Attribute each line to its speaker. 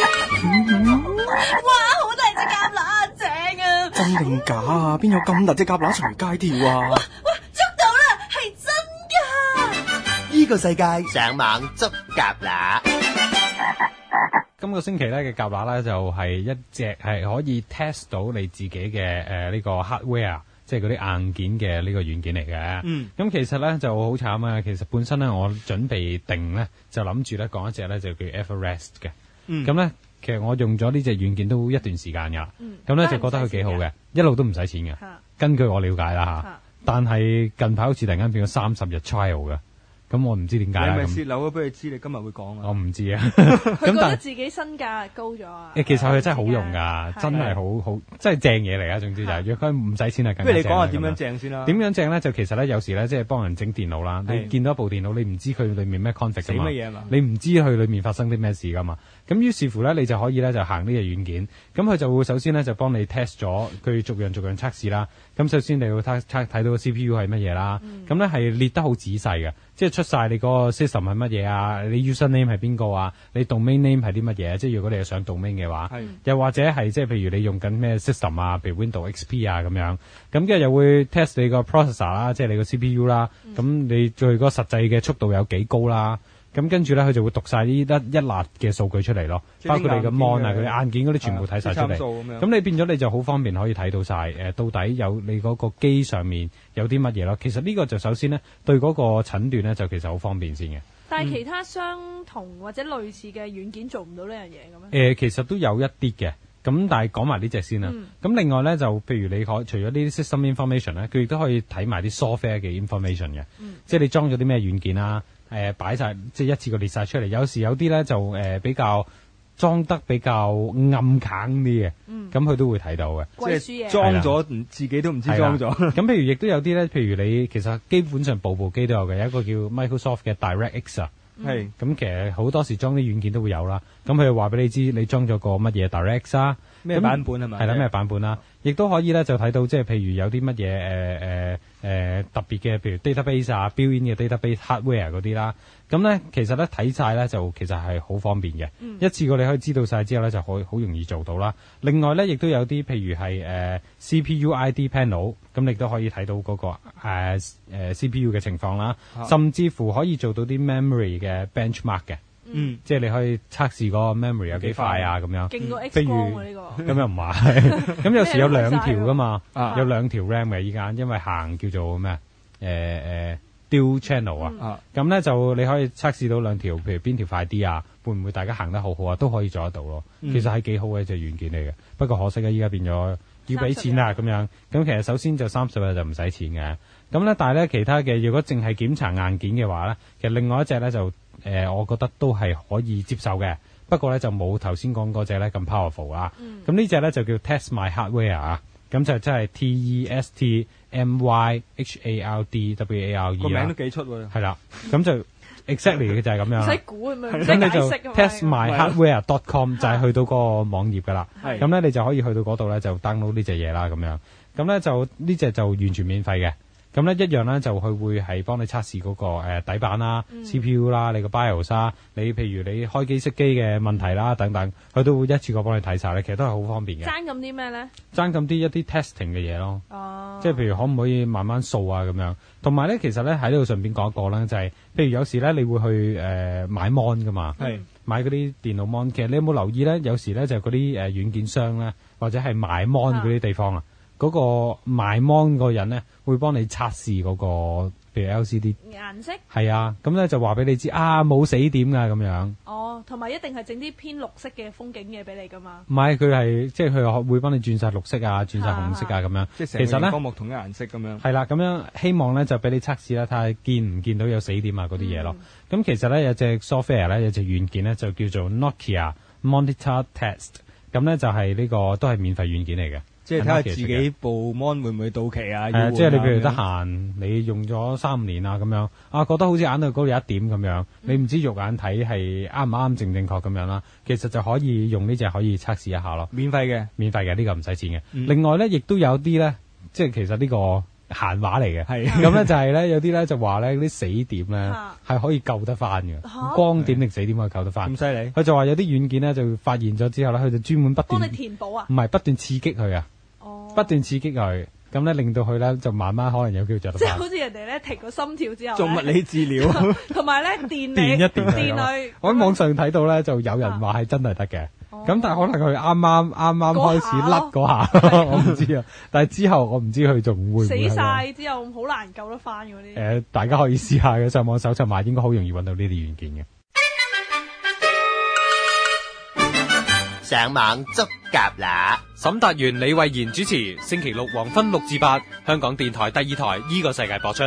Speaker 1: 哇，好大隻蛤乸正啊！
Speaker 2: 真定假啊？邊有咁大隻蛤乸隨街跳啊？
Speaker 1: 哇，捉到啦，係真㗎！
Speaker 3: 呢個世界
Speaker 4: 上網捉蛤乸，
Speaker 5: 今個星期咧嘅夾乸咧就係一隻係可以 test 到你自己嘅誒呢個 hardware，即係嗰啲硬件嘅呢個軟件嚟嘅。
Speaker 2: 嗯，
Speaker 5: 咁其實咧就好慘啊！其實本身咧我準備定咧就諗住咧講一隻咧就叫 Everest 嘅。
Speaker 2: 嗯
Speaker 5: 咁咧其實我用咗呢只軟件都一段時間㗎啦。
Speaker 1: 嗯
Speaker 5: 咁咧就覺得佢幾好嘅，一路都唔使錢嘅。
Speaker 1: 嚇
Speaker 5: 根據我了解啦嚇
Speaker 1: 嚇，
Speaker 5: 但係近排好似突然間變咗三十日 trial 嘅，咁我唔知點
Speaker 2: 你
Speaker 5: 解啦
Speaker 2: 咪
Speaker 5: 咁
Speaker 2: 泄漏咗俾佢知，你今日會講
Speaker 5: 我
Speaker 2: 啊。
Speaker 5: 唔知啊。
Speaker 1: 佢覺
Speaker 5: 咁但
Speaker 1: 得自己身價高咗啊！
Speaker 5: 誒，其實佢真係好用㗎，
Speaker 1: 係
Speaker 5: 真係好好，真係正嘢嚟啊㗎。總之就係，若佢唔使錢係
Speaker 2: 不
Speaker 5: 更加
Speaker 2: 如你
Speaker 5: 正
Speaker 2: 講
Speaker 5: 啦
Speaker 2: 下點
Speaker 5: 咁
Speaker 2: 樣
Speaker 5: 樣
Speaker 2: 正先啦。
Speaker 5: 點樣正咧？就其實咧，有時咧，即係幫人整電腦啦。你
Speaker 2: 係
Speaker 5: 見到一部電腦，你唔知佢裏面咩 config
Speaker 2: 死
Speaker 5: 㗎嘛
Speaker 2: 乜嘢啊嘛？
Speaker 5: 你唔知佢裏面發生啲咩事噶嘛？咁於是乎咧，你就可以咧就行呢隻軟件，咁佢就會首先咧就幫你 test 咗佢逐樣逐樣測試啦。咁首先你要測測睇到個 CPU 係乜嘢啦，
Speaker 2: 嗯
Speaker 5: 咁咧係列得好仔細嘅，即係出晒你個 system 係乜嘢啊，你 user name 係邊個啊，你 domain name 係啲乜嘢？即係如果你係想 domain 嘅話。
Speaker 2: 係
Speaker 5: 又或者係即係譬如你用緊咩 system 啊，譬如 Windows XP 啊咁樣，咁跟住又會 test 你個 processor 啦，即係你個 CPU 啦，
Speaker 2: 嗯
Speaker 5: 咁你最個實際嘅速度有幾高啦，咁跟住咧佢就會讀晒呢一一辣嘅數據出嚟咯，
Speaker 2: 即係
Speaker 5: 包
Speaker 2: 啲
Speaker 5: 括你嘅 mon 啊、
Speaker 2: 硬件嘅
Speaker 5: 佢啲硬件嗰啲全部睇晒出
Speaker 2: 參
Speaker 5: 嚟。
Speaker 2: 數咁樣。
Speaker 5: 咁你變咗你就好方便可以睇到晒誒、呃到底有你嗰個機上面有啲乜嘢咯。其實呢個就首先咧對嗰個診斷咧就其實好方便先嘅。
Speaker 1: 但係其他相同或者類似嘅軟件做唔到呢樣嘢嘅咩？
Speaker 5: 誒、其實都有一啲嘅，咁但係講埋呢只先啦。
Speaker 1: 嗯
Speaker 5: 咁、另外咧就譬如你可除咗呢啲 system information 咧，佢亦都可以睇埋啲 software 嘅 information 嘅，
Speaker 1: 嗯
Speaker 5: 即係你裝咗啲咩軟件啦、啊，誒擺晒即係一次過列晒出嚟。有時有啲咧就誒、呃比較裝得比較暗砍啲嘅，
Speaker 1: 嗯
Speaker 5: 咁佢、都會睇到嘅。
Speaker 1: 貴
Speaker 2: 即
Speaker 1: 輸
Speaker 2: 係
Speaker 1: 嘢。
Speaker 2: 裝咗，唔自己都唔知
Speaker 5: 係啦
Speaker 2: 裝咗。
Speaker 5: 咁譬如亦都有啲咧，譬如你其實基本上部部機都有嘅，有一個叫 Microsoft 嘅 DirectX 啊。
Speaker 2: 係
Speaker 5: 咁其實好多時裝啲軟件都會有啦。咁佢就話俾你知你裝咗個乜嘢 DirectX 啊，
Speaker 2: 咩
Speaker 5: 咁
Speaker 2: 版本係咪
Speaker 5: 係啦，咩版本啦，亦都可以咧就睇到即係譬如有啲乜嘢呃誒誒誒呃特別嘅，譬如 database 啊、表演嘅 database hardware 嗰啲啦。咁咧其實咧睇晒咧就其實係好方便嘅，一次過你可以知道晒之後咧就可以好容易做到啦。另外咧亦都有啲譬如係誒、呃 CPU ID panel，咁你都可以睇到嗰、個誒、呃呃 CPU 嘅情況啦，
Speaker 2: 啊
Speaker 5: 甚至乎可以做到啲 memory 嘅 benchmark 嘅。
Speaker 2: 嗯，
Speaker 5: 即係你可以測試嗰個 memory 有幾快啊咁樣。
Speaker 1: 勁過 X
Speaker 5: 譬如
Speaker 1: 光喎呢個。
Speaker 5: 咁又唔係，咁有時有兩條噶嘛
Speaker 2: 啊，
Speaker 5: 有兩條 RAM 嘅依家，因為行叫做咩啊誒誒 dual channel 啊，
Speaker 2: 啊，
Speaker 5: 咁咧就你可以測試到兩條，譬如邊條快啲啊，會唔會大家行得好好啊，都可以做得到咯。
Speaker 2: 嗯
Speaker 5: 其實係幾好嘅一隻軟件嚟嘅，不過可惜啊，依家變咗要俾錢啊啦咁樣。咁其實首先就三十啊日就唔使錢嘅，咁咧但係咧其他嘅如果淨係檢查硬件嘅話咧，其實另外一隻咧就誒、呃我覺得都係可以接受嘅，不過咧就冇頭先講嗰只咧咁 powerful 啊啦。咁呢只咧就叫 Test My Hardware 啊，咁就真係 T E S T M Y H A R D W A R E
Speaker 2: 個
Speaker 5: 啦
Speaker 2: 名都幾出喎。
Speaker 5: 係啦，咁就 exactly 嘅就係咁樣
Speaker 1: 唔
Speaker 5: 啦
Speaker 1: 使。估咁樣，唔使
Speaker 5: 咁你
Speaker 1: 解
Speaker 5: 就
Speaker 1: 釋咁啊
Speaker 5: test
Speaker 1: 樣。
Speaker 5: my hardware dot com 就係去到嗰個網頁噶啦。
Speaker 2: 係
Speaker 5: 咁咧你就可以去到嗰度咧就 download 呢只嘢啦咁樣。咁咧就呢只就完全免費嘅。咁咧一樣咧就佢會係幫你測試嗰個誒底板啦、CPU
Speaker 1: 嗯
Speaker 5: 啦、你個 BIOS 啦、你譬如你開機熄機嘅問題啦等等，佢都會一次過幫你睇晒咧。其實都係好方便嘅。
Speaker 1: 爭咁啲咩咧？
Speaker 5: 爭咁啲一啲 testing 嘅嘢咯。
Speaker 1: 哦，
Speaker 5: 即係譬如可唔可以慢慢掃啊咁樣，同埋咧其實咧喺呢度順便講一個啦，就係、譬如有時咧你會去誒、呃、買 mon 噶嘛，
Speaker 2: 係
Speaker 5: 買嗰啲電腦 mon，其實你有冇留意咧？有時咧就嗰啲誒軟件商咧，或者係買 mon 嗰啲地方啊，嗰、個買 mon 個人咧會幫你測試嗰、個譬如 LCD
Speaker 1: 顏色
Speaker 5: 係啊，咁咧就話俾你知啊冇死點㗎咁樣。
Speaker 1: 哦，同埋一定係整啲偏綠色嘅風景嘢俾你噶嘛。
Speaker 5: 唔係佢係即係佢會幫你轉晒綠色啊，轉晒紅色啊咁樣。
Speaker 2: 即係成
Speaker 5: 其實
Speaker 2: 個
Speaker 5: 咧
Speaker 2: 熒。光幕同一顏色咁樣。
Speaker 5: 係啦，咁樣希望咧就俾你測試啦，睇下見唔見到有死點啊嗰啲嘢咯。咁、其實咧有隻 software 咧有隻軟件咧就叫做 Nokia Monitor Test，咁咧就係呢、個都係免費軟件嚟嘅。
Speaker 2: 即係睇下
Speaker 5: 係 Nokia
Speaker 2: 自
Speaker 5: 出嘅
Speaker 2: 己部 mon 會唔會到期啊？
Speaker 5: 係啊
Speaker 2: 要
Speaker 5: 即係你譬如得
Speaker 2: 換啊
Speaker 5: 閒，你用咗三年啊咁樣，啊覺得好似眼度嗰度有一點咁樣，你唔知肉眼睇係啱唔啱正唔正確咁樣啦，其實就可以用呢只可以測試一下咯。
Speaker 2: 免費嘅。
Speaker 5: 免費嘅呢、個唔使錢嘅。
Speaker 2: 嗯
Speaker 5: 另外咧，亦都有啲咧，即係其實呢個閒話嚟嘅。
Speaker 2: 係
Speaker 5: 咁咧就係咧，有啲咧就話咧啲死點咧
Speaker 1: 嚇
Speaker 5: 係可以救得翻嘅
Speaker 1: 啊嚇，嗯
Speaker 5: 光點定死點可以救得翻
Speaker 2: 咁。犀利，
Speaker 5: 佢就話有啲軟件咧就發現咗之後咧，佢就專門不
Speaker 1: 幫
Speaker 5: 斷
Speaker 1: 你填補啊
Speaker 5: 唔？係不斷刺激佢啊，
Speaker 1: 哦，
Speaker 5: 不斷刺激佢，咁咧令到佢咧就慢慢可能有機會着得
Speaker 1: 即係
Speaker 5: 翻
Speaker 1: 好。似人哋咧停個心跳之後
Speaker 2: 做物
Speaker 1: 咧，
Speaker 2: 理治療，
Speaker 1: 同埋咧電你
Speaker 5: 電一電佢
Speaker 1: 電
Speaker 5: 咁啊
Speaker 1: 佢。
Speaker 5: 我喺網上睇到咧，就有人話係真係得嘅。
Speaker 1: 哦
Speaker 5: 咁但係可能佢啱啱啱啱開始甩嗰下， 我唔知啊。但係之後我唔知佢仲會唔會係啊
Speaker 1: 死
Speaker 5: 咁
Speaker 1: 晒之後好難救得翻嗰啲。
Speaker 5: 誒、大家可以試下嘅，上網搜尋下，應該好容易揾到呢啲軟件嘅。
Speaker 4: 上網捉蛤乸。
Speaker 3: 沈達元、李慧賢主持，星期六黃昏六至八，香港電台第二台依、個世界播出。